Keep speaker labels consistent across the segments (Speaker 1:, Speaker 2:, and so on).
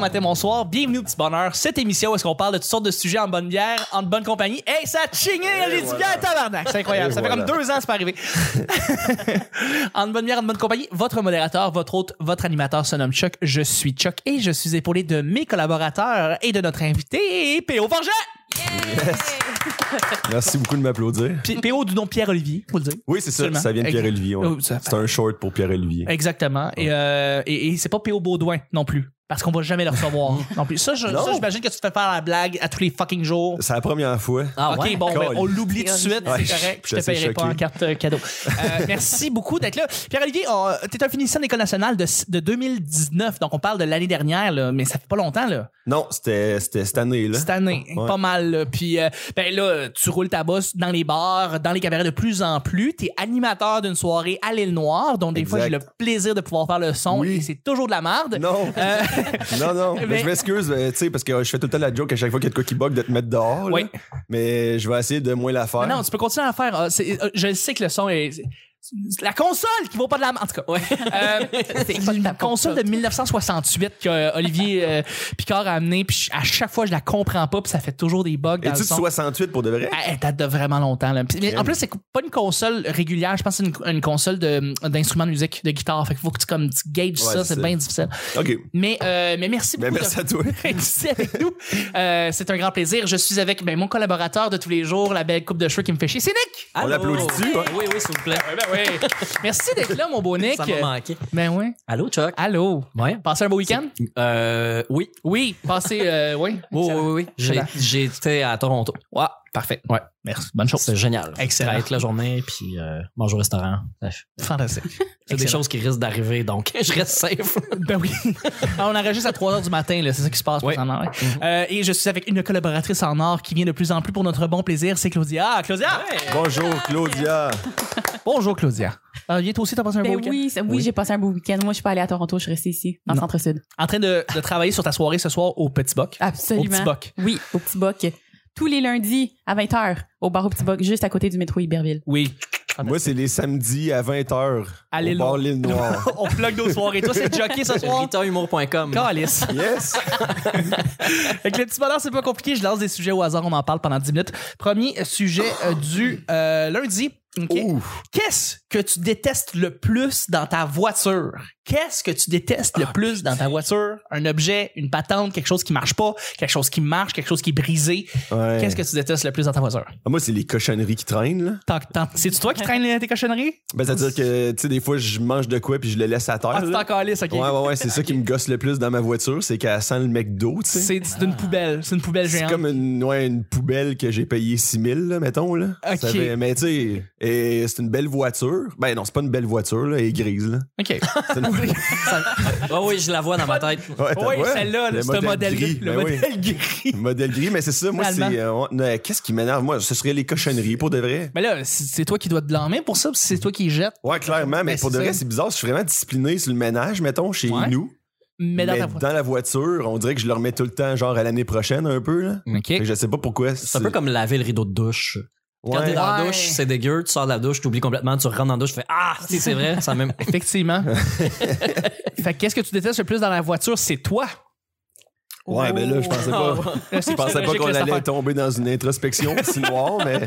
Speaker 1: matin, bonsoir. Bienvenue au Petit Bonheur. Cette émission où est-ce qu'on parle de toutes sortes de sujets en bonne bière, en bonne compagnie. Hey, ça a chigné, les voilà. bières tabarnak. C'est incroyable.
Speaker 2: Et
Speaker 1: ça fait
Speaker 2: voilà.
Speaker 1: comme deux ans que c'est pas arrivé. en bonne bière, en bonne compagnie, votre modérateur, votre hôte, votre animateur se nomme Chuck. Je suis Chuck et je suis épaulé de mes collaborateurs et de notre invité, P.O. Forget.
Speaker 2: Merci beaucoup de m'applaudir.
Speaker 1: P- P.O. du nom Pierre-Olivier, faut le dire.
Speaker 2: Oui, c'est ça.
Speaker 1: Absolument.
Speaker 2: Ça vient de
Speaker 1: Ex-
Speaker 2: Pierre-Olivier. ouais.
Speaker 1: Oh, ça-
Speaker 2: C'est un short pour Pierre-Olivier.
Speaker 1: Exactement. Et, euh, et, et c'est pas P.O. Baudouin non plus. Parce qu'on va jamais le recevoir non plus. Ça, je-
Speaker 2: Non.
Speaker 1: ça, j'imagine que tu te fais faire la blague à tous les fucking jours.
Speaker 2: C'est la première fois.
Speaker 1: ok, bon, ben,
Speaker 2: Colin.
Speaker 1: on l'oublie tout de suite,
Speaker 2: Ouais,
Speaker 1: c'est correct.
Speaker 2: je
Speaker 1: Je
Speaker 2: suis
Speaker 1: te
Speaker 2: assez
Speaker 1: paierai pas
Speaker 2: choqué.
Speaker 1: en carte euh, cadeau. Euh, merci beaucoup d'être là. Pierre-Olivier, on- euh, t'es un finissant de l'École nationale de, de 2019, donc on parle de l'année dernière, là, mais ça fait pas longtemps, là.
Speaker 2: Non, c'était c'était cette année-là.
Speaker 1: Cette année,
Speaker 2: Hein? Ouais.
Speaker 1: pas mal. là. Puis euh, ben là, tu roules ta bosse dans les bars, dans les cabarets de plus en plus. T'es animateur d'une soirée à l'île Noire, donc des fois j'ai
Speaker 2: Exact.
Speaker 1: le plaisir de pouvoir faire le son
Speaker 2: Oui.
Speaker 1: et c'est toujours de la merde.
Speaker 2: Non.
Speaker 1: Euh,
Speaker 2: non, non. Mais
Speaker 1: Mais-
Speaker 2: Je m'excuse, euh, tu sais, parce que euh, je fais tout le temps la joke à chaque fois qu'il y a de quoi qui bug de te mettre dehors. là.
Speaker 1: Oui.
Speaker 2: Mais je vais essayer de moins la faire.
Speaker 1: Non, tu peux continuer à faire. euh, c'est- euh, je sais que le son est. c'est La console qui vaut pas de la merde. En tout cas, Euh, c'est une console de 1968 que euh, Olivier euh, Picard a amenée. Puis à chaque fois, je la comprends pas. Puis ça fait toujours des bugs. Dans le
Speaker 2: Es-tu de
Speaker 1: son. Ah,
Speaker 2: 68 pour de vrai?
Speaker 1: Elle, elle date de vraiment longtemps. là. Puis, mais en plus, c'est pas une console régulière. Je pense que c'est une, une console de- d'instruments de musique, de guitare. Fait qu'il faut que tu, comme, tu gages
Speaker 2: Ouais,
Speaker 1: ça.
Speaker 2: c'est
Speaker 1: C'est
Speaker 2: ça.
Speaker 1: bien difficile.
Speaker 2: OK.
Speaker 1: Mais, euh, mais merci
Speaker 2: Ben,
Speaker 1: beaucoup.
Speaker 2: merci
Speaker 1: de-
Speaker 2: à toi.
Speaker 1: d'être ici avec nous. Euh, c'est un grand plaisir. Je suis avec ben, mon collaborateur de tous les jours, la belle coupe de cheveux qui me fait chier. C'est Nick!
Speaker 3: Allô?
Speaker 2: l'applaudit-tu, ouais?
Speaker 3: Oui, oui, s'il vous plaît.
Speaker 1: Merci d'être là, mon beau Nick.
Speaker 3: Ça m'a manqué.
Speaker 1: Ben ouais.
Speaker 3: Allô, Chuck?
Speaker 1: Allô.
Speaker 3: Ouais.
Speaker 1: Passez un beau week-end?
Speaker 3: Euh, oui.
Speaker 1: Oui. Passez, euh, oui.
Speaker 3: Oui, oui, oui, oui. J'ai-
Speaker 1: Excellent.
Speaker 3: J'étais à Toronto.
Speaker 1: Ouais, parfait. Ouais. Merci. Bonne chose.
Speaker 3: C'est génial.
Speaker 1: Excellent.
Speaker 3: Travailler toute la journée, puis euh, manger au restaurant. C'est
Speaker 1: Fantastique.
Speaker 3: des choses qui risquent d'arriver, donc je reste safe.
Speaker 1: Ben oui. Ah, on enregistre à 3 h du matin, là. C'est ça qui se passe.
Speaker 3: Oui.
Speaker 1: présentement, ouais. Euh, et je suis avec une collaboratrice en or qui vient de plus en plus pour notre bon plaisir. C'est Claudia. Ah, Claudia!
Speaker 2: Bonjour, Claudia.
Speaker 1: Bonjour, Claudia. Euh, viens, toi aussi, t'as passé un
Speaker 4: Ben
Speaker 1: beau week-end?
Speaker 4: oui, c'est- oui, j'ai passé un beau week-end. Moi, je suis pas allée à Toronto, je suis restée ici, dans le centre-sud.
Speaker 1: En train de, de travailler sur ta soirée ce soir au Petit Boc. Au
Speaker 4: Absolument.
Speaker 1: Petit Boc.
Speaker 4: Oui, au petit boc. Tous les lundis à 20h, au bar au petit boc, juste à côté du métro Iberville.
Speaker 1: Oui.
Speaker 2: Moi, c'est les samedis à 20h.
Speaker 1: À l'île
Speaker 2: au bord l'île Noire.
Speaker 1: On plug nos soirées. Toi, c'est jockey ce soir?
Speaker 3: Guitarhumour.com.
Speaker 1: Calice.
Speaker 2: yes.
Speaker 1: Fait que le petit bonheur, c'est pas compliqué. Je lance des sujets au hasard. On en parle pendant 10 minutes. Premier sujet euh, du euh, lundi. OK.
Speaker 2: Ouf.
Speaker 1: Qu'est-ce que tu détestes le plus dans ta voiture? Qu'est-ce que tu détestes
Speaker 2: Ah,
Speaker 1: le plus dans ta voiture? Un objet, une patente, quelque chose qui marche pas, quelque chose qui marche, quelque chose qui est brisé.
Speaker 2: Ouais.
Speaker 1: Qu'est-ce que tu détestes le plus dans ta voiture?
Speaker 2: Ah, Moi, c'est les cochonneries qui traînent. Là.
Speaker 1: Tant- tant- C'est-tu toi qui traînes les- tes cochonneries?
Speaker 2: Ben, c'est-à-dire que, tu sais, des fois, je mange de quoi puis je le laisse à terre.
Speaker 1: Ah, tu
Speaker 2: là.
Speaker 1: t'en calisses, OK.
Speaker 2: Ouais, ouais, ouais, c'est ça qui me gosse le plus dans ma voiture, c'est qu'elle sent le McDo, tu sais.
Speaker 1: C'est c'est une poubelle. C'est une poubelle
Speaker 2: C'est
Speaker 1: géante.
Speaker 2: comme une, ouais, une poubelle que j'ai payé 6000, là, mettons, là.
Speaker 1: Ok.
Speaker 2: Ça fait- mais tu sais, et c'est une belle voiture. Ben non, c'est pas une belle voiture, là, elle est grise, là.
Speaker 1: OK.
Speaker 2: C'est une-
Speaker 3: Ah oui, je la vois dans ma tête.
Speaker 2: Ouais, Ah, t'as-
Speaker 1: Oui,
Speaker 2: ouais,
Speaker 1: celle-là,
Speaker 2: le
Speaker 1: là, c'est un modèle
Speaker 2: gris,
Speaker 1: gris. Le
Speaker 2: ben oui.
Speaker 1: modèle gris.
Speaker 2: Modèle gris, mais c'est ça, moi,
Speaker 1: Finalement.
Speaker 2: c'est. euh, on- euh, Qu'est-ce qui m'énerve? Moi, ce serait les cochonneries, pour de vrai.
Speaker 1: Mais là, c'est c'est toi qui dois te blâmer pour ça, parce que c'est toi qui les jettes.
Speaker 2: Ouais, clairement, mais
Speaker 1: Ben,
Speaker 2: pour
Speaker 1: c'est
Speaker 2: de vrai,
Speaker 1: ça.
Speaker 2: c'est bizarre. Je suis vraiment discipliné sur le ménage, mettons, chez
Speaker 1: Ouais.
Speaker 2: nous.
Speaker 1: Mais
Speaker 2: Mais
Speaker 1: dans ta
Speaker 2: dans la voiture, on dirait que je le remets tout le temps, genre à l'année prochaine, un peu, là.
Speaker 1: OK.
Speaker 2: Fait que Je sais pas pourquoi.
Speaker 3: C'est un peu comme laver le rideau de douche. Quand
Speaker 2: Ouais.
Speaker 3: t'es dans la
Speaker 1: Ouais.
Speaker 3: douche, c'est dégueu, tu sors de la douche, t'oublies complètement, tu rentres dans la douche, tu fais Ah, si, c'est vrai, ça même.
Speaker 1: Effectivement. fait que qu'est-ce que tu détestes le plus dans la voiture, c'est toi.
Speaker 2: Ouais, ben, mais là, je pensais
Speaker 3: Oh!
Speaker 2: pas. Je pensais pas qu'on allait tomber dans une introspection si noire, mais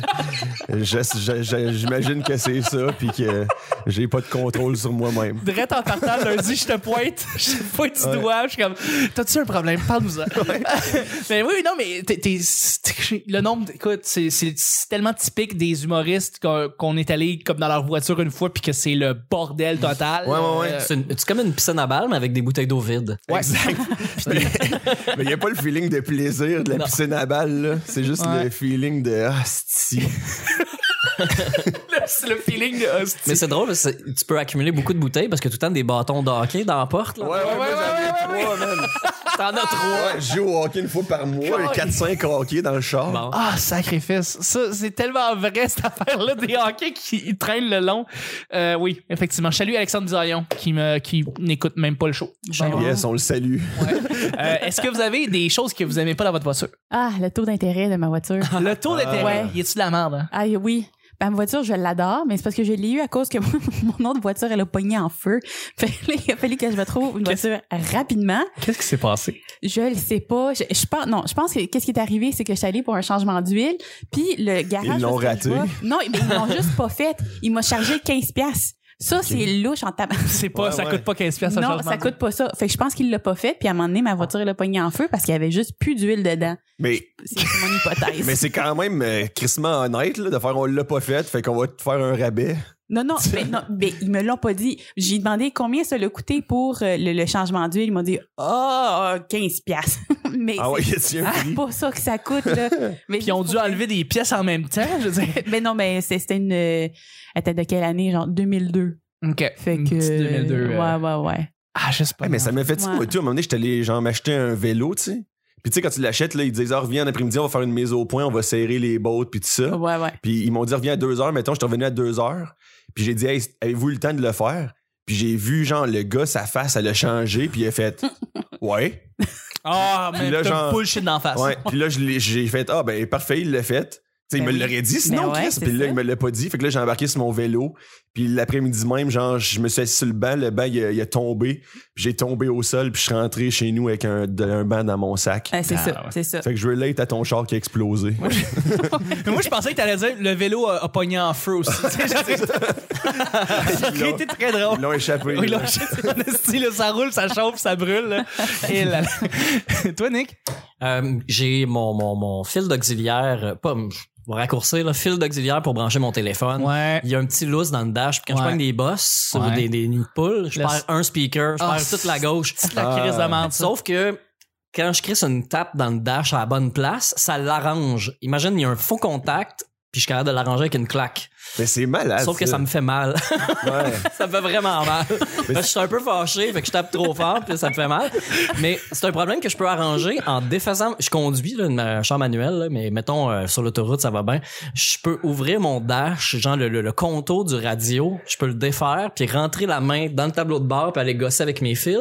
Speaker 2: je- je- je- j'imagine que c'est ça, puis que j'ai pas de contrôle sur moi-même.
Speaker 1: Direct en partant, lundi, je te pointe, je te pointe du
Speaker 2: Ouais.
Speaker 1: doigt, je suis comme, t'as-tu un problème? Parle-nous-en. mais oui, non, mais t'es- t'es- t'es- le nombre, d- écoute, c'est c'est tellement typique des humoristes qu'on qu'on est allé comme dans leur voiture une fois, puis que c'est le bordel total.
Speaker 2: Ouais, ouais, ouais.
Speaker 1: Euh,
Speaker 3: C'est une- c'est comme une piscine à balles, mais avec des bouteilles d'eau vide.
Speaker 1: ouais.
Speaker 2: Mais y a pas le feeling de plaisir de la
Speaker 3: Non.
Speaker 2: piscine à balles, là. C'est juste
Speaker 1: Ouais.
Speaker 2: le feeling de ah, c'ti.
Speaker 1: C'est le feeling de hostie.
Speaker 3: Mais c'est drôle, parce que c'est- tu peux accumuler beaucoup de bouteilles parce que tout le temps, des bâtons de hockey dans la porte. là.
Speaker 2: Ouais, ouais, ouais,
Speaker 1: ouais,
Speaker 2: j'en ai trois, man.
Speaker 3: T'en as trois.
Speaker 2: Ouais, je joue au hockey une fois par mois,
Speaker 1: Cool.
Speaker 2: 4-5 hockey dans le char.
Speaker 3: Bon.
Speaker 1: Ah, sacrifice. Ça, c'est tellement vrai, cette affaire-là des hockey qui ils traînent le long. Euh, oui, effectivement. Je salue Alexandre Bisaillon qui me qui n'écoute même pas le show.
Speaker 4: Bon.
Speaker 2: Yes, on le salue.
Speaker 1: Euh, Est-ce que vous avez des choses que vous aimez pas dans votre voiture?
Speaker 4: Ah, le taux d'intérêt de ma voiture.
Speaker 1: Le taux d'intérêt,
Speaker 4: Ouais.
Speaker 1: il est-tu de la merde? hein?
Speaker 4: Ah oui. Ben, ma voiture, je l'adore, mais c'est parce que je l'ai eu à cause que mon autre voiture, elle a pogné en feu. Fait que là, il a fallu que je me trouve une voiture rapidement.
Speaker 1: Qu'est-ce qui s'est passé?
Speaker 4: Je le sais pas. Je, je pense, non, je pense que qu'est-ce qui est arrivé, c'est que je suis allée pour un changement d'huile, puis le garage.
Speaker 2: Ils l'ont
Speaker 4: parce que je
Speaker 2: raté.
Speaker 4: vois- Non, mais ils l'ont juste pas fait. Il m'a chargé 15 pièces. Ça, c'est louche en tabac.
Speaker 1: C'est pas,
Speaker 2: Ouais,
Speaker 1: ça
Speaker 2: ouais.
Speaker 1: coûte pas 15 pièces
Speaker 4: Non, ça coûte pas ça. Fait que je pense qu'il l'a pas fait, puis à un moment donné, ma voiture, elle a pogné en feu parce qu'il y avait juste plus d'huile dedans.
Speaker 2: Mais,
Speaker 4: C'est c'est mon hypothèse.
Speaker 2: mais c'est quand même euh, crissement honnête là, de faire on l'a pas fait, fait qu'on va te faire un rabais.
Speaker 4: Non, non, mais non, mais ils me l'ont pas dit. J'ai demandé combien ça l'a coûté pour euh, le, le changement d'huile. Ils m'ont dit, ah, oh, 15 piastres. mais
Speaker 2: Ah ouais,
Speaker 4: c'est
Speaker 2: y a-t-il un prix?
Speaker 4: pas ça que ça coûte, là. mais
Speaker 1: Puis ils ont dû enlever des pièces en même temps, je veux dire.
Speaker 4: Mais non, mais c'est- c'était une, euh, elle était de quelle année? Genre 2002.
Speaker 1: OK.
Speaker 4: Fait
Speaker 1: Une
Speaker 4: que.
Speaker 1: petite 2002. euh,
Speaker 4: Ouais, ouais, ouais.
Speaker 1: Ah, je sais pas.
Speaker 2: Ouais, mais ça m'a fait
Speaker 4: Ouais.
Speaker 2: ça, moi, tout. À un moment donné, j'étais allé, genre, m'acheter un vélo, tu sais. Puis, tu sais, quand tu l'achètes, là, ils disent, ah, reviens en après-midi, on va faire une mise au point, on va serrer les bottes, puis tout ça.
Speaker 4: Ah Ouais, ouais.
Speaker 2: Puis, ils m'ont dit, reviens à deux heures. Mettons, je suis revenu à deux heures. Puis, j'ai dit, hey, avez-vous eu le temps de le faire? Puis, j'ai vu, genre, le gars, sa face, elle a changé, puis il a fait, ouais.
Speaker 1: Ah, mais
Speaker 2: Puis là,
Speaker 1: t'as
Speaker 2: genre-
Speaker 1: bullshit d'en face.
Speaker 2: Ouais. Puis là, je l'ai- j'ai fait, ah, ben, parfait, il l'a fait. Tu sais, il
Speaker 4: Ben
Speaker 2: me
Speaker 4: oui.
Speaker 2: l'aurait dit, sinon,
Speaker 4: Ben ouais,
Speaker 2: Chris.
Speaker 4: c'est
Speaker 2: Puis là,
Speaker 4: ça.
Speaker 2: il me l'a pas dit. Fait que là, j'ai embarqué sur mon vélo. Puis l'après-midi même, genre, je me suis assis sur le banc. Le banc, il a, il a tombé. Puis j'ai tombé au sol. Puis je suis rentré chez nous avec un, de- un banc dans mon sac.
Speaker 4: Ouais, Euh, c'est
Speaker 1: Ah,
Speaker 4: ça,
Speaker 1: ouais.
Speaker 4: c'est ça.
Speaker 2: Fait que je relate à ton char qui a explosé.
Speaker 1: Mais moi, je pensais que t'allais dire le vélo a, a pogné en feu aussi. Tu sais, je sais. ça aurait été très
Speaker 2: Ils
Speaker 1: drôle.
Speaker 2: l'ont échappé.
Speaker 1: Oui,
Speaker 2: là.
Speaker 1: là, je- honesty, là, ça roule, ça chauffe, ça brûle. là. Et là, là. Toi, Nick?
Speaker 3: Euh, j'ai mon, mon, mon fil d'auxiliaire, euh, pas m- raccourci, là, fil d'auxiliaire pour brancher mon téléphone.
Speaker 1: Ouais.
Speaker 3: Il y a un petit lousse dans le dash. Puis quand
Speaker 1: Ouais.
Speaker 3: je prends des bosses
Speaker 1: Ouais.
Speaker 3: ou des, des nids de poules, je
Speaker 1: Le-
Speaker 3: perds un speaker, je
Speaker 1: Ah,
Speaker 3: perds toute la gauche.
Speaker 1: La crise
Speaker 3: Euh,
Speaker 1: de merde, ça.
Speaker 3: Sauf que quand je crisse une tape dans le dash à la bonne place, ça l'arrange. Imagine, il y a un faux contact, puis je suis capable de l'arranger avec une claque.
Speaker 2: Mais c'est malade.
Speaker 3: Sauf que ça me fait mal.
Speaker 2: Ouais.
Speaker 3: ça me fait vraiment mal. Fait que je suis un peu fâché, fait que je tape trop fort, puis ça me fait mal. Mais c'est un problème que je peux arranger en défaisant. Je conduis là, ma chambre manuelle, là, mais mettons euh, sur l'autoroute, ça va bien. Je peux ouvrir mon dash, genre le, le, le contour du radio, je peux le défaire, puis rentrer la main dans le tableau de bord, puis aller gosser avec mes fils.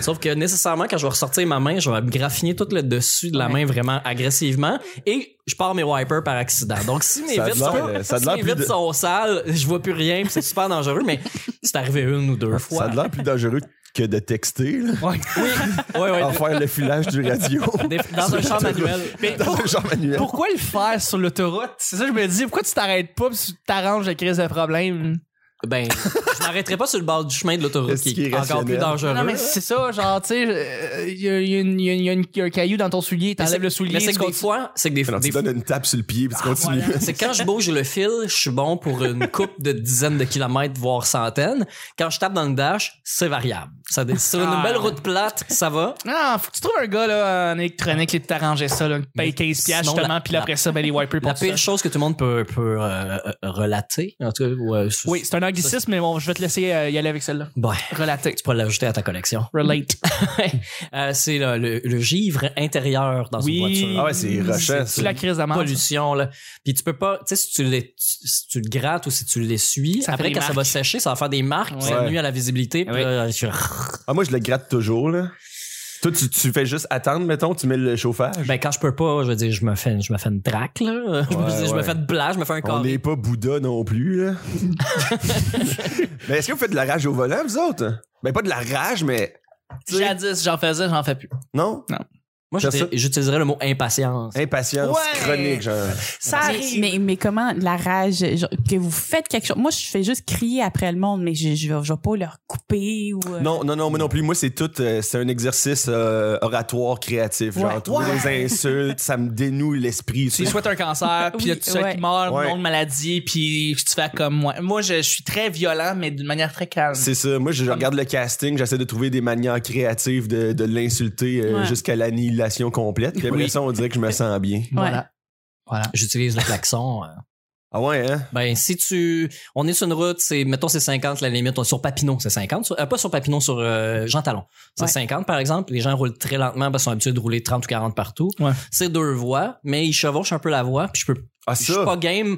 Speaker 3: Sauf que nécessairement, quand je vais ressortir ma main, je vais graffiner tout le dessus de la
Speaker 4: Ouais.
Speaker 3: main vraiment agressivement et je pars mes wipers par accident. Donc si mes
Speaker 2: Ça a
Speaker 3: vitres
Speaker 2: de
Speaker 3: sont,
Speaker 2: l'air, euh, ça a de
Speaker 3: si
Speaker 2: l'air
Speaker 3: mes
Speaker 2: plus
Speaker 3: vitres
Speaker 2: de-
Speaker 3: sont sales, je vois plus rien, puis c'est super dangereux, mais c'est arrivé une ou deux fois.
Speaker 2: Ça a de l'air plus dangereux que de texter, là.
Speaker 1: Ouais.
Speaker 3: Oui, oui, oui.
Speaker 2: En faire le filage du radio.
Speaker 3: Des- Dans un champ manuel.
Speaker 1: Mais
Speaker 2: Dans le genre manuel.
Speaker 1: pourquoi le faire sur l'autoroute? C'est ça, que je me dis. Pourquoi tu t'arrêtes pas pis tu t'arranges la crise de problème?
Speaker 3: Ben, je m'arrêterai pas sur le bord du chemin de l'autoroute
Speaker 2: Est-ce
Speaker 3: qui
Speaker 2: qu'il
Speaker 3: est
Speaker 2: est
Speaker 3: encore plus
Speaker 2: rationnel?
Speaker 3: dangereux.
Speaker 1: Non, mais c'est ça, genre, tu sais, euh, il y, a- il y a une- il y a une- il y a une- il y a un caillou dans ton soulier,
Speaker 3: Mais c'est-
Speaker 1: t'enlèves le soulier.
Speaker 3: Mais c'est
Speaker 1: tu
Speaker 3: que des
Speaker 1: continues.
Speaker 3: fois, c'est que des,
Speaker 2: Alors,
Speaker 3: des
Speaker 2: tu donnes une tape sur le pied puis tu continues.
Speaker 1: voilà.
Speaker 3: C'est quand je bouge le fil, je suis bon pour une coupe de dizaines de kilomètres, voire centaines. Quand je tape dans le dash, c'est variable. Ça, dé- sur
Speaker 1: Ah.
Speaker 3: une belle route plate, ça va.
Speaker 1: Non, faut que tu trouves un gars là, en électronique qui t'arrangeait ça, là, paye
Speaker 3: Mais
Speaker 1: 15 piastres
Speaker 3: sinon,
Speaker 1: justement,
Speaker 3: la-
Speaker 1: puis là,
Speaker 3: la-
Speaker 1: après ça, ben les wipers pour
Speaker 3: La
Speaker 1: tout
Speaker 3: pire
Speaker 1: ça.
Speaker 3: chose que tout le monde peut, peut euh, euh, relater, en tout cas, ou, euh,
Speaker 1: Oui, c'est un anglicisme, mais bon, je vais te laisser euh, y aller avec celle-là.
Speaker 3: Ouais.
Speaker 1: Relater.
Speaker 3: Tu peux l'ajouter à ta collection.
Speaker 1: Relate.
Speaker 3: Euh, c'est le, le- le givre intérieur dans
Speaker 1: Oui.
Speaker 3: une voiture.
Speaker 2: Ah ouais, c'est rushant,
Speaker 1: C'est
Speaker 2: ça.
Speaker 1: la crise de merde.
Speaker 3: pollution là. Puis tu peux pas, tu sais si tu les si tu le grattes ou si tu l'essuies,
Speaker 1: Ça fait
Speaker 3: après
Speaker 1: des
Speaker 3: quand ça va
Speaker 1: marques.
Speaker 3: sécher, ça va faire des marques, puis ça
Speaker 2: Ouais.
Speaker 3: nuit à la visibilité. puis
Speaker 1: Ouais.
Speaker 3: là, je suis-
Speaker 2: Ah, moi, je le gratte toujours, là. Toi, tu, tu fais juste attendre, mettons, tu mets le chauffage.
Speaker 3: ben quand je peux pas, je veux dire je me fais je me fais une traque là, je, me,
Speaker 2: Ouais,
Speaker 3: je me
Speaker 2: ouais.
Speaker 3: fais de blage, je me fais un
Speaker 2: On
Speaker 3: corps.
Speaker 2: n'est pas Bouddha non plus, là. mais est-ce que vous faites de la rage au volant, vous autres? Ben, pas de la rage, mais.
Speaker 1: Jadis, j'en faisais, j'en fais plus.
Speaker 2: Non?
Speaker 3: Moi je
Speaker 2: Faire
Speaker 3: dirais- j'utiliserais le mot impatience.
Speaker 2: Impatience
Speaker 1: Ouais.
Speaker 2: chronique, genre.
Speaker 1: Ça
Speaker 4: Mais- Mais, mais comment la rage genre, que vous faites quelque chose moi je fais juste crier après le monde mais je je vais, je vais pas leur couper ou euh,
Speaker 2: Non, non, non, moi non plus. Moi, c'est tout. euh, c'est un exercice euh, oratoire créatif. Genre,
Speaker 4: Ouais.
Speaker 2: trouver des insultes, ça me dénoue l'esprit.
Speaker 1: tu
Speaker 2: tu
Speaker 1: lui
Speaker 2: sais.
Speaker 1: souhaites un cancer, puis
Speaker 4: Oui,
Speaker 1: là, tu sais
Speaker 4: ouais.
Speaker 1: qu'il meurt,
Speaker 2: Ouais.
Speaker 1: non de maladie, puis tu fais comme moi. Moi, je, je suis très violent, mais d'une manière très calme.
Speaker 2: C'est ça. Moi, je, je regarde le casting, j'essaie de trouver des manières créatives de, de l'insulter euh,
Speaker 4: Ouais.
Speaker 2: jusqu'à l'annihilation complète. Puis après
Speaker 1: Oui.
Speaker 2: ça, on dirait que je me sens bien.
Speaker 1: Voilà. Voilà.
Speaker 3: J'utilise le klaxon. euh.
Speaker 2: Ah ouais, hein?
Speaker 3: Ben si tu on est sur une route, c'est mettons c'est 50 la limite, on- sur Papineau, c'est 50, sur- euh, pas sur Papineau sur euh, Jean Talon. C'est
Speaker 4: Ouais.
Speaker 3: 50 par exemple, les gens roulent très lentement parce qu'ils sont habitués de rouler 30 ou 40 partout.
Speaker 1: Ouais.
Speaker 3: C'est deux voies, mais ils chevauchent un peu la voie, puis je peux
Speaker 2: Ah,
Speaker 3: Je suis
Speaker 2: ça.
Speaker 3: pas game,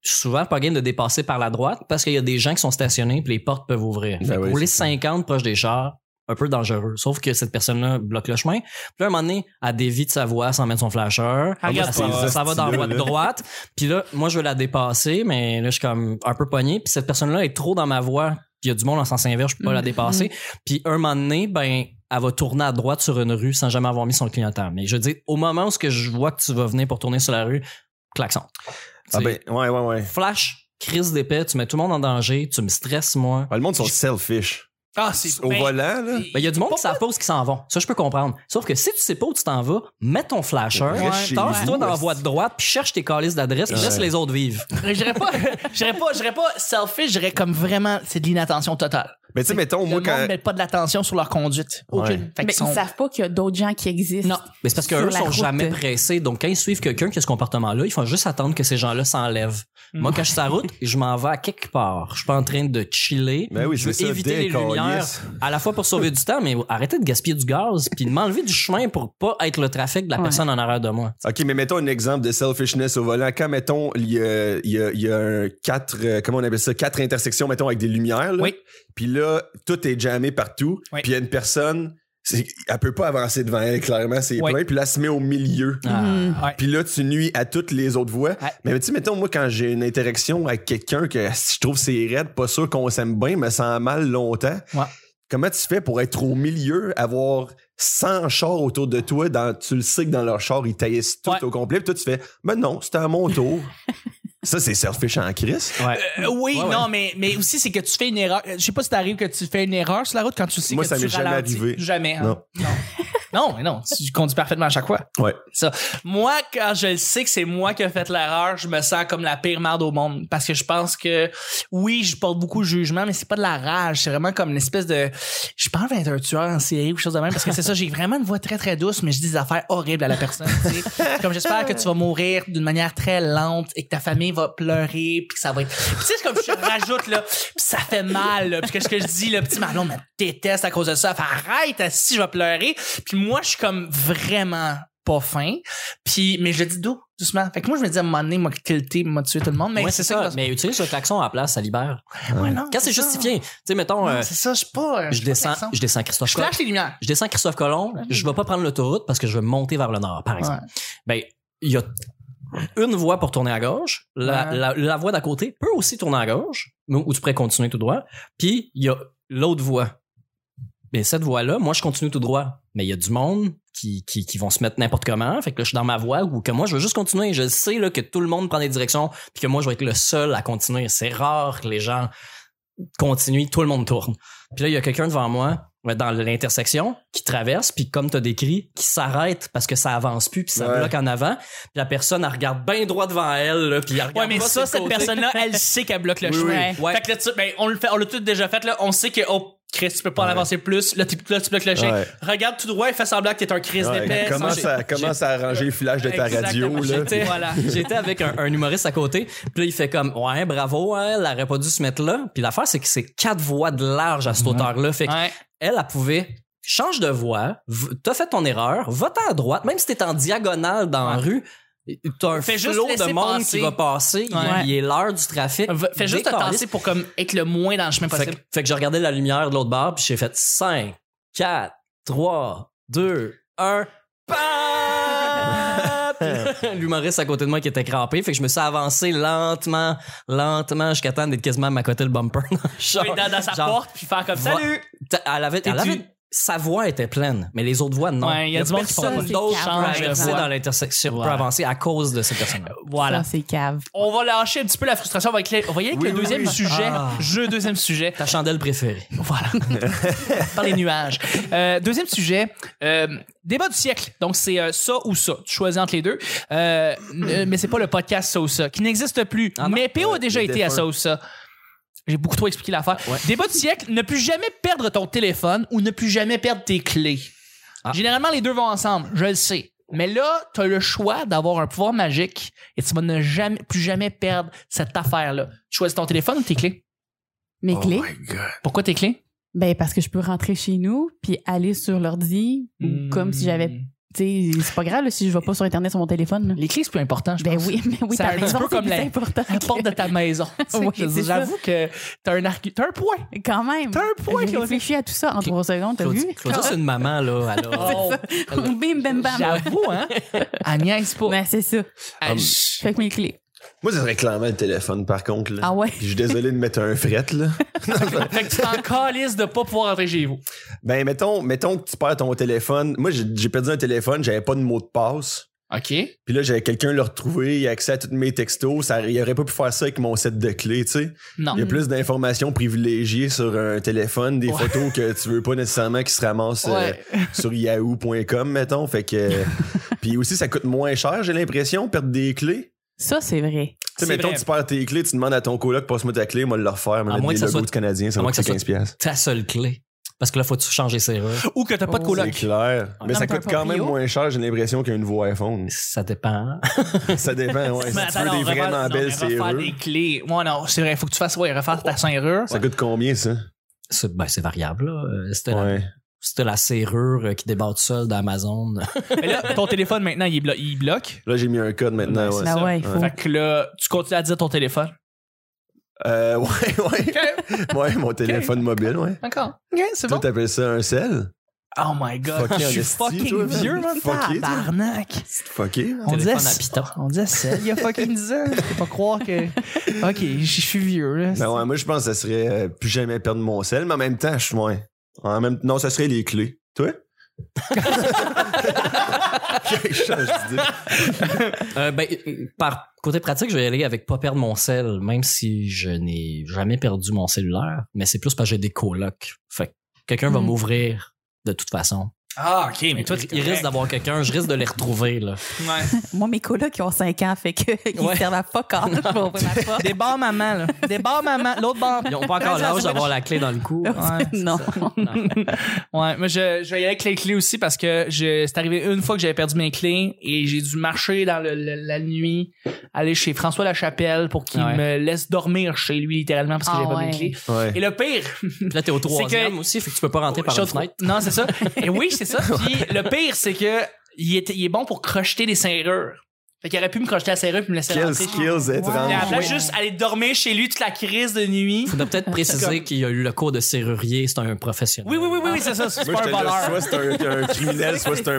Speaker 3: je suis souvent pas game de dépasser par la droite parce qu'il y a des gens qui sont stationnés puis les portes peuvent ouvrir.
Speaker 2: Ben
Speaker 3: Fait que
Speaker 2: oui,
Speaker 3: rouler
Speaker 2: c'est ça.
Speaker 3: 50 proche des chars, un peu dangereux. Sauf que cette personne-là bloque le chemin. Puis là, à un moment donné, elle dévie de sa voie sans mettre son flasher.
Speaker 1: Ah, regarde
Speaker 3: Elle s'en
Speaker 2: pas.
Speaker 3: va- ça va dans la voie de
Speaker 2: Là.
Speaker 3: droite. Puis là, moi, je veux la dépasser, mais là, je suis comme un peu pogné. Puis cette personne-là est trop dans ma voie. Puis il y a du monde en sens inverse, je peux pas
Speaker 1: Mm-hmm.
Speaker 3: la dépasser. Puis un moment donné, ben, elle va tourner à droite sur une rue sans jamais avoir mis son clignotant. Mais je dis, au moment où ce que je vois que tu vas venir pour tourner sur la rue, klaxon.
Speaker 2: Ah
Speaker 3: Tu-
Speaker 2: ben, ouais, ouais, ouais.
Speaker 3: Flash, crise d'épée, tu mets tout le monde en danger, tu me stresses, moi.
Speaker 2: Ouais, Ah, le monde sont selfish.
Speaker 1: Ah, c'est
Speaker 2: Au
Speaker 1: ben,
Speaker 2: volant, là.
Speaker 3: Ben, il y a du monde qui savent pas où ils s'en vont. Ça, je peux comprendre. Sauf que si tu sais pas où tu t'en vas, mets ton flasher,
Speaker 2: Reste chez
Speaker 3: tasse-toi
Speaker 2: vous,
Speaker 3: dans la
Speaker 2: esti.
Speaker 3: voie de droite, puis cherche tes calices d'adresse, puis
Speaker 2: Ouais.
Speaker 3: laisse les autres vivre.
Speaker 1: Je dirais pas, je dirais pas, je dirais pas selfish, je dirais comme vraiment, c'est de l'inattention totale.
Speaker 2: Mais tu sais, mettons, moi,
Speaker 1: le monde
Speaker 2: quand.
Speaker 1: met pas de l'attention sur leur conduite. Aucune.
Speaker 2: Ouais.
Speaker 1: Fait qu'ils
Speaker 4: Mais
Speaker 1: sont-
Speaker 4: ils savent pas qu'il y a d'autres gens qui existent.
Speaker 1: Non.
Speaker 3: Mais c'est parce
Speaker 4: Sur
Speaker 3: qu'eux
Speaker 4: la
Speaker 3: sont
Speaker 4: route.
Speaker 3: jamais pressés. Donc, quand ils suivent quelqu'un qui a ce comportement-là, ils font juste attendre que ces gens-là s'enlèvent. Moi,
Speaker 4: Mm.
Speaker 3: quand je suis sur la route, je m'en vais à quelque part. Je suis pas en train de chiller.
Speaker 2: Ben oui,
Speaker 3: je veux
Speaker 2: c'est ça,
Speaker 3: éviter les
Speaker 2: décoller.
Speaker 3: lumières, à la fois pour sauver du temps, mais arrêtez de gaspiller du gaz, puis de m'enlever du chemin pour pas être le trafic de la
Speaker 4: Ouais.
Speaker 3: personne en arrière de moi.
Speaker 2: OK, mais mettons un exemple de selfishness au volant. Quand, mettons, il y a, il y a, il y a un quatre, euh, comment on appelle ça, quatre intersections, mettons, avec des lumières, là.
Speaker 1: Oui.
Speaker 2: Puis là, tout est jammé partout.
Speaker 1: Oui.
Speaker 2: Puis il y a une personne, c'est- elle peut pas avancer devant elle, clairement, c'est
Speaker 1: Oui.
Speaker 2: plein. Puis là, elle se met au milieu.
Speaker 4: Mhm.
Speaker 1: Ouais.
Speaker 2: Puis là, tu nuis à toutes les autres voies.
Speaker 1: Ouais.
Speaker 2: Mais tu sais, mettons, moi, quand j'ai une interaction avec quelqu'un que si je trouve c'est raide, pas sûr qu'on s'aime bien, me sent mal longtemps.
Speaker 1: Ouais.
Speaker 2: Comment tu fais pour être au milieu, avoir 100 chars autour de toi, dans, tu le sais que dans leur char, ils taillissent tout
Speaker 1: Ouais.
Speaker 2: au complet, puis toi, tu fais, mais non, c'était à mon tour. Ça, c'est selfish en crise.
Speaker 3: Ouais.
Speaker 1: Euh, oui,
Speaker 3: Ouais, ouais.
Speaker 1: non, mais, mais aussi, c'est que tu fais une erreur. Je sais pas si t'arrives que tu fais une erreur sur la route quand tu sais
Speaker 2: Moi,
Speaker 1: que
Speaker 2: ça
Speaker 1: tu
Speaker 2: m'est jamais
Speaker 1: ralentis.
Speaker 2: arrivé.
Speaker 1: Jamais. hein?
Speaker 2: Non.
Speaker 1: Non. non, mais non, tu conduis parfaitement à chaque fois.
Speaker 2: Ouais.
Speaker 1: Ça. Moi, quand je le sais que c'est moi qui ai fait l'erreur, je me sens comme la pire merde au monde. Parce que je pense que, oui, je porte beaucoup de jugement, mais c'est pas de la rage. C'est vraiment comme une espèce de, je pense être un tueur en série ou quelque chose de même. Parce que c'est ça, j'ai vraiment une voix très, très douce, mais je dis des affaires horribles à la personne. tu sais. comme j'espère que tu vas mourir d'une manière très lente et que ta famille va pleurer puis que ça va être, Puis tu sais, c'est comme je rajoute, là, puis ça fait mal, là, Puis que ce que je dis, le petit Marlon me déteste à cause de ça. Elle fait, arrête, si je vais pleurer. Puis moi, je suis comme vraiment pas fin. Puis, mais je le dis dou- doucement. Fait que moi, je me dis à un moment donné, moi, tilté, m'a tué tout le monde. Mais
Speaker 3: Ouais, c'est ça. Mais utilise le klaxon à la place, ça
Speaker 1: Ah,
Speaker 3: libère. Quand c'est justifié, tu sais, mettons, euh,
Speaker 1: c'est ça, je suis pas.
Speaker 3: je descends, je descends Christophe
Speaker 1: Je
Speaker 3: Colomb.
Speaker 1: flash les lumières.
Speaker 3: Je descends Christophe Colomb, je vais pas prendre l'autoroute parce que je vais monter vers le nord, par exemple. Ben, il y a une voie pour tourner à gauche. La,
Speaker 1: Ouais.
Speaker 3: la- la voie d'à côté peut aussi tourner à gauche, mais où tu pourrais continuer tout droit. Puis, il y a l'autre voie. Mais cette voie-là, moi, je continue tout droit. Mais il y a du monde qui, qui, qui vont se mettre n'importe comment. Fait que là, je suis dans ma voie ou que moi, je veux juste continuer. Je sais là, que tout le monde prend des directions puis que moi, je vais être le seul à continuer. C'est rare que les gens continuent, tout le monde tourne. Puis là, il y a quelqu'un devant moi ouais, dans l'intersection qui traverse, puis comme tu as décrit, qui s'arrête parce que ça avance plus, puis ça
Speaker 2: Ouais.
Speaker 3: bloque en avant. Puis la personne, elle regarde bien droit devant elle, là, puis elle
Speaker 1: Ouais,
Speaker 3: regarde
Speaker 1: mais
Speaker 3: pas
Speaker 1: ça,
Speaker 3: ses
Speaker 1: cette
Speaker 3: côtés.
Speaker 1: personne-là, elle sait qu'elle bloque le
Speaker 2: Oui,
Speaker 1: chemin.
Speaker 3: oui. Ouais.
Speaker 1: Fait que là, tu, ben, on le fait, on l'a tout déjà fait, là. On sait que, oh, Chris, tu peux pas en
Speaker 2: Ouais.
Speaker 1: avancer plus. Là, tu, là, tu bloques le chemin.
Speaker 2: Ouais.
Speaker 1: Regarde tout droit et fais semblant que t'es un Chris
Speaker 2: Ouais,
Speaker 1: d'épais.
Speaker 2: commence,
Speaker 1: Ça,
Speaker 2: à, commence à arranger les flashs de ta
Speaker 1: Exactement.
Speaker 2: radio. Là,
Speaker 1: J'étais- Voilà.
Speaker 3: J'étais avec un, un humoriste à côté, puis là, il fait comme ouais bravo, hein, elle aurait pas dû se mettre là. Puis l'affaire c'est que c'est quatre voies de large à cette hauteur-là, fait que
Speaker 1: Ouais.
Speaker 3: elle, elle pouvait change de voie, v- t'as fait ton erreur, va-t'en à droite, même si t'es en diagonale dans la rue, t'as un
Speaker 1: Fais juste
Speaker 3: flot de
Speaker 1: laisser
Speaker 3: monde
Speaker 1: passer.
Speaker 3: qui va passer, il-
Speaker 1: Ouais.
Speaker 3: il, est l'heure du trafic.
Speaker 1: Fais juste te
Speaker 3: Décaliste.
Speaker 1: tasser pour comme être le moins dans le chemin
Speaker 3: Fait que,
Speaker 1: possible.
Speaker 3: fait que j'ai regardé la lumière de l'autre barre, puis j'ai fait 5, 4, 3, 2, 1. L'humoriste à côté de moi qui était crampé, fait que je me suis avancé lentement, lentement, jusqu'à temps d'être quasiment à ma côté le bumper. dans le char.
Speaker 1: Dans, dans sa
Speaker 3: Genre,
Speaker 1: porte puis faire comme
Speaker 3: va-
Speaker 1: salut.
Speaker 3: T'as- Elle avait, elle
Speaker 1: T'es
Speaker 3: avait-
Speaker 1: du-
Speaker 3: sa voix était pleine, mais les autres voix, non.
Speaker 1: Ouais, il y a du monde qui font
Speaker 3: personne
Speaker 4: pas ça.
Speaker 3: d'autre
Speaker 4: C'est
Speaker 3: qui peut
Speaker 4: calme,
Speaker 3: avancer
Speaker 4: ouais.
Speaker 3: dans l'intersection, peut
Speaker 1: Voilà.
Speaker 3: avancer à cause de cette personne
Speaker 1: Voilà.
Speaker 4: Ça, c'est cave.
Speaker 1: On va lâcher un petit peu la frustration. On va, éclairer- on va y aller avec
Speaker 2: Oui,
Speaker 1: le
Speaker 2: oui,
Speaker 1: deuxième
Speaker 2: oui.
Speaker 1: sujet.
Speaker 3: Ah.
Speaker 1: Jeu, deuxième sujet.
Speaker 3: Ta chandelle préférée.
Speaker 1: Voilà. Par les nuages. Euh, deuxième sujet, euh, débat du siècle. Donc, c'est euh, ça ou ça. Tu choisis entre les deux. Euh, euh, mais c'est pas le podcast ça ou ça, qui n'existe plus.
Speaker 3: Ah non.
Speaker 1: mais PO a déjà
Speaker 2: le
Speaker 1: été
Speaker 2: défunt.
Speaker 1: à ça ou ça. J'ai beaucoup trop expliqué l'affaire.
Speaker 3: Ouais.
Speaker 1: Débat du siècle, ne plus jamais perdre ton téléphone ou ne plus jamais perdre tes clés.
Speaker 3: Ah.
Speaker 1: Généralement, les deux vont ensemble, je le sais. Mais là, t'as le choix d'avoir un pouvoir magique et tu vas ne jamais, plus jamais perdre cette affaire-là. Tu choisis ton téléphone ou tes clés? Oh,
Speaker 4: Mes clés.
Speaker 2: Oh
Speaker 1: Pourquoi tes clés? Hmm.
Speaker 4: Ben, parce que je peux rentrer chez nous puis aller sur l'ordi ou comme si j'avais Tu sais, c'est pas grave là, si je vais pas sur Internet sur mon téléphone. là.
Speaker 1: Les clés, c'est plus important, je
Speaker 4: Ben
Speaker 1: pense.
Speaker 4: oui, mais oui,
Speaker 1: C'est
Speaker 4: ta
Speaker 1: un petit
Speaker 4: maison,
Speaker 1: peu
Speaker 4: c'est
Speaker 1: comme
Speaker 4: plus
Speaker 1: la-
Speaker 4: important.
Speaker 1: La
Speaker 4: que-
Speaker 1: porte de ta maison. tu sais,
Speaker 4: Oui,
Speaker 1: je veux
Speaker 4: c'est
Speaker 1: dire, J'avoue que t'as un, argu- t'as un point.
Speaker 4: Quand même.
Speaker 1: T'as un point,
Speaker 4: J'ai
Speaker 1: Claudie.
Speaker 4: réfléchi à tout ça en trois secondes, t'as vu?
Speaker 3: Claudie, Claudie, c'est une maman, là. Elle a-
Speaker 4: Bim, bam, bam.
Speaker 1: Oh, J'avoue, hein? Agnès, pas.
Speaker 4: Ben, c'est ça.
Speaker 2: Hum.
Speaker 1: Ah,
Speaker 4: Je fais que mes clés.
Speaker 2: Moi, c'est clairement le téléphone, par contre. là.
Speaker 4: Ah ouais?
Speaker 2: Puis je suis désolé de mettre un fret, là.
Speaker 1: Fait que tu t'en calisses de pas pouvoir rentrer chez vous.
Speaker 2: Ben, mettons, mettons que tu perds ton téléphone. Moi, j'ai j'ai perdu un téléphone, j'avais pas de mot de passe.
Speaker 1: OK.
Speaker 2: Puis là, j'avais quelqu'un le retrouver, il a accès à tous mes textos. Ça, il aurait pas pu faire ça avec mon set de clés, tu sais.
Speaker 1: Non.
Speaker 2: Il y a plus d'informations privilégiées sur un téléphone, des
Speaker 1: Ouais.
Speaker 2: photos que tu veux pas nécessairement qui se ramassent euh,
Speaker 1: Ouais.
Speaker 2: sur yahoo.com, mettons. Fait que. euh, Puis aussi, ça coûte moins cher, j'ai l'impression, perdre des clés.
Speaker 4: Ça, c'est vrai.
Speaker 2: Tu sais,
Speaker 1: C'est
Speaker 2: mettons,
Speaker 1: vrai.
Speaker 2: tu perds tes clés, tu demandes à ton coloc, passe-moi ta clé, moi, le refaire, me
Speaker 3: À
Speaker 2: mettre
Speaker 3: moins
Speaker 2: des
Speaker 3: que ça
Speaker 2: logos
Speaker 3: soit-
Speaker 2: du Canadien, ça
Speaker 3: à
Speaker 2: va
Speaker 3: moins que
Speaker 2: coûter
Speaker 3: ça soit-
Speaker 2: 15$. piastres.
Speaker 3: ta seule clé. Parce que là, faut-tu changer ses
Speaker 2: Euh,
Speaker 3: rues.
Speaker 1: Ou que t'as pas de
Speaker 4: Oh.
Speaker 1: coloc.
Speaker 2: C'est clair. Mais
Speaker 4: Ah,
Speaker 2: ça
Speaker 4: peu
Speaker 2: coûte quand
Speaker 4: importe,
Speaker 2: même
Speaker 4: Rio.
Speaker 2: moins cher, j'ai l'impression, qu'un nouveau iPhone.
Speaker 3: Ça dépend.
Speaker 2: Ça dépend, ouais. Si
Speaker 1: Mais
Speaker 2: tu
Speaker 1: attends,
Speaker 2: veux des
Speaker 1: on refaire- non,
Speaker 2: vraiment
Speaker 1: mais
Speaker 2: belles
Speaker 1: refaire
Speaker 2: serrures.
Speaker 1: des clés. Ouais, non, c'est vrai, faut que tu fasses, ouais, refaire ta serrure.
Speaker 2: Ça coûte combien, ça?
Speaker 3: C'est ben, c'est variable. là. Euh, C'était la,
Speaker 2: Ouais.
Speaker 3: c'était la serrure euh, qui déborde seule d'Amazon.
Speaker 1: Mais là, ton téléphone, maintenant, il, blo- il bloque.
Speaker 2: Là, j'ai mis un code maintenant,
Speaker 1: Ben,
Speaker 2: Ah ouais.
Speaker 1: ça.
Speaker 4: Ben ouais, il faut.
Speaker 1: Fait que là, tu continues à dire ton téléphone.
Speaker 2: Euh, ouais, ouais. Ouais, mon téléphone mobile, ouais.
Speaker 1: D'accord. OK, c'est
Speaker 2: Toi,
Speaker 1: bon.
Speaker 2: t'appelles ça un sel?
Speaker 1: Oh my God,
Speaker 2: Fucké,
Speaker 1: je suis
Speaker 2: honesty,
Speaker 1: fucking
Speaker 2: toi, man.
Speaker 1: vieux, man.
Speaker 2: Fucké, toi.
Speaker 1: Tabarnak.
Speaker 2: Fucké.
Speaker 1: On disait,
Speaker 3: Téléphone à Python.
Speaker 1: on disait ça il y a fucking 10 ans. Je peux pas croire que... OK, je suis vieux, là.
Speaker 2: Ben ouais, moi, je pense que ça serait euh, plus jamais perdre mon sel, mais en même temps, je suis moins. En même... Non, ça serait les clés. Toi? Quel change d'idée.
Speaker 3: Euh, ben, euh, par côté pratique, je vais y aller avec pas perdre mon sel, même si je n'ai jamais perdu mon cellulaire. Mais c'est plus parce que j'ai des colocs. Fait que quelqu'un va
Speaker 1: Mm-hmm.
Speaker 4: Mhm.
Speaker 3: m'ouvrir de toute façon.
Speaker 1: Ah, OK, mais toi,
Speaker 3: Il risque d'avoir quelqu'un, je risque de les retrouver. Là.
Speaker 4: Moi, mes colocs, ils ont 5 ans, fait que ils
Speaker 3: Ouais.
Speaker 4: servent à pas quand je vais ouvrir ma porte.
Speaker 1: Débarre maman, là. Débarre maman. L'autre bande.
Speaker 3: Ils ont pas encore l'âge d'avoir la clé dans le cou.
Speaker 1: Ouais, c'est
Speaker 4: non.
Speaker 1: Ouais, moi je, je vais y aller avec les clés aussi parce que je- c'est arrivé une fois que j'avais perdu mes clés et j'ai dû marcher dans le- le- la nuit, aller chez François Lachapelle pour qu'il
Speaker 3: Ouais.
Speaker 1: me laisse dormir chez lui littéralement parce que
Speaker 4: Ah
Speaker 1: j'avais pas
Speaker 4: ouais.
Speaker 1: mes clés.
Speaker 2: Ouais.
Speaker 1: Et le pire,
Speaker 3: Puis là, t'es au troisième
Speaker 1: que-
Speaker 3: aussi, fait que tu peux pas rentrer par
Speaker 1: je
Speaker 3: une
Speaker 1: trouve-
Speaker 3: fenêtre.
Speaker 1: Non, c'est ça. Et oui, c'est ça. Puis le pire, c'est que il, était, il est bon pour crocheter des serrures. Fait qu'il aurait pu me crocheter la serrure puis me laisser
Speaker 2: Quels
Speaker 1: rentrer.
Speaker 2: skills
Speaker 1: Il
Speaker 2: étranges.
Speaker 1: a juste aller dormir chez lui toute la crise de nuit.
Speaker 3: Faudrait peut-être préciser qu'il y a eu le cours de serrurier, c'est un professionnel.
Speaker 1: Oui, oui, oui, oui, oui, c'est ça. C'est
Speaker 2: Moi,
Speaker 1: pas
Speaker 2: je
Speaker 1: un
Speaker 2: te laisse,
Speaker 1: voleur.
Speaker 2: soit c'est un, un criminel, soit c'est un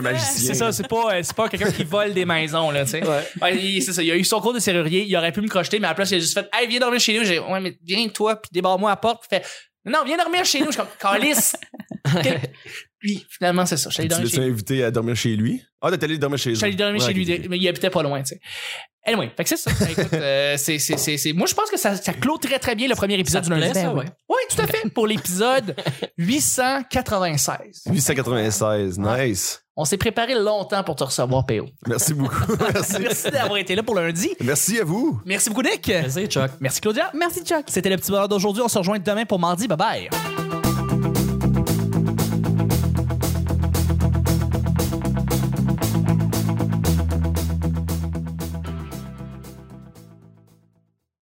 Speaker 1: C'est
Speaker 2: magicien.
Speaker 1: ça, c'est pas, euh, c'est pas quelqu'un qui vole des maisons, là, tu sais. Ouais, il- c'est ça. Il a eu son cours de serrurier, il aurait pu me crocheter, mais à la place, il a juste fait, hey, viens dormir chez nous. J'ai, ouais, mais viens, toi, puis débarre-moi à la porte, puis fait, non, viens dormir chez nous. Je suis comme, calice. Quel- Puis, finalement, c'est ça. Je suis allé
Speaker 2: Tu
Speaker 1: dormir
Speaker 2: l'as-tu
Speaker 1: chez lui.
Speaker 2: invité à dormir chez lui? Ah, t'es allé dormir chez lui.
Speaker 1: Je suis allé dormir
Speaker 2: Ouais,
Speaker 1: chez lui,
Speaker 2: ok, ok.
Speaker 1: mais il habitait pas loin, tu sais. Anyway, fait que c'est ça. Ben, écoute, euh, c'est, c'est, c'est, c'est- Moi, je pense que ça, ça clôt très, très bien le premier
Speaker 3: Ça
Speaker 1: épisode
Speaker 3: te
Speaker 1: du lundi.
Speaker 3: plaît, ça, ouais.
Speaker 1: Oui, tout à fait. Pour l'épisode 896.
Speaker 2: 896, nice.
Speaker 1: On s'est préparé longtemps pour te recevoir, PO.
Speaker 2: Merci beaucoup. Merci.
Speaker 1: Merci d'avoir été là pour lundi.
Speaker 2: Merci à vous.
Speaker 1: Merci beaucoup, Nick.
Speaker 3: Vas-y, Chuck.
Speaker 1: Merci, Claudia.
Speaker 4: Merci, Chuck.
Speaker 1: C'était le petit bonheur d'aujourd'hui. On se rejoint demain pour mardi. Bye bye.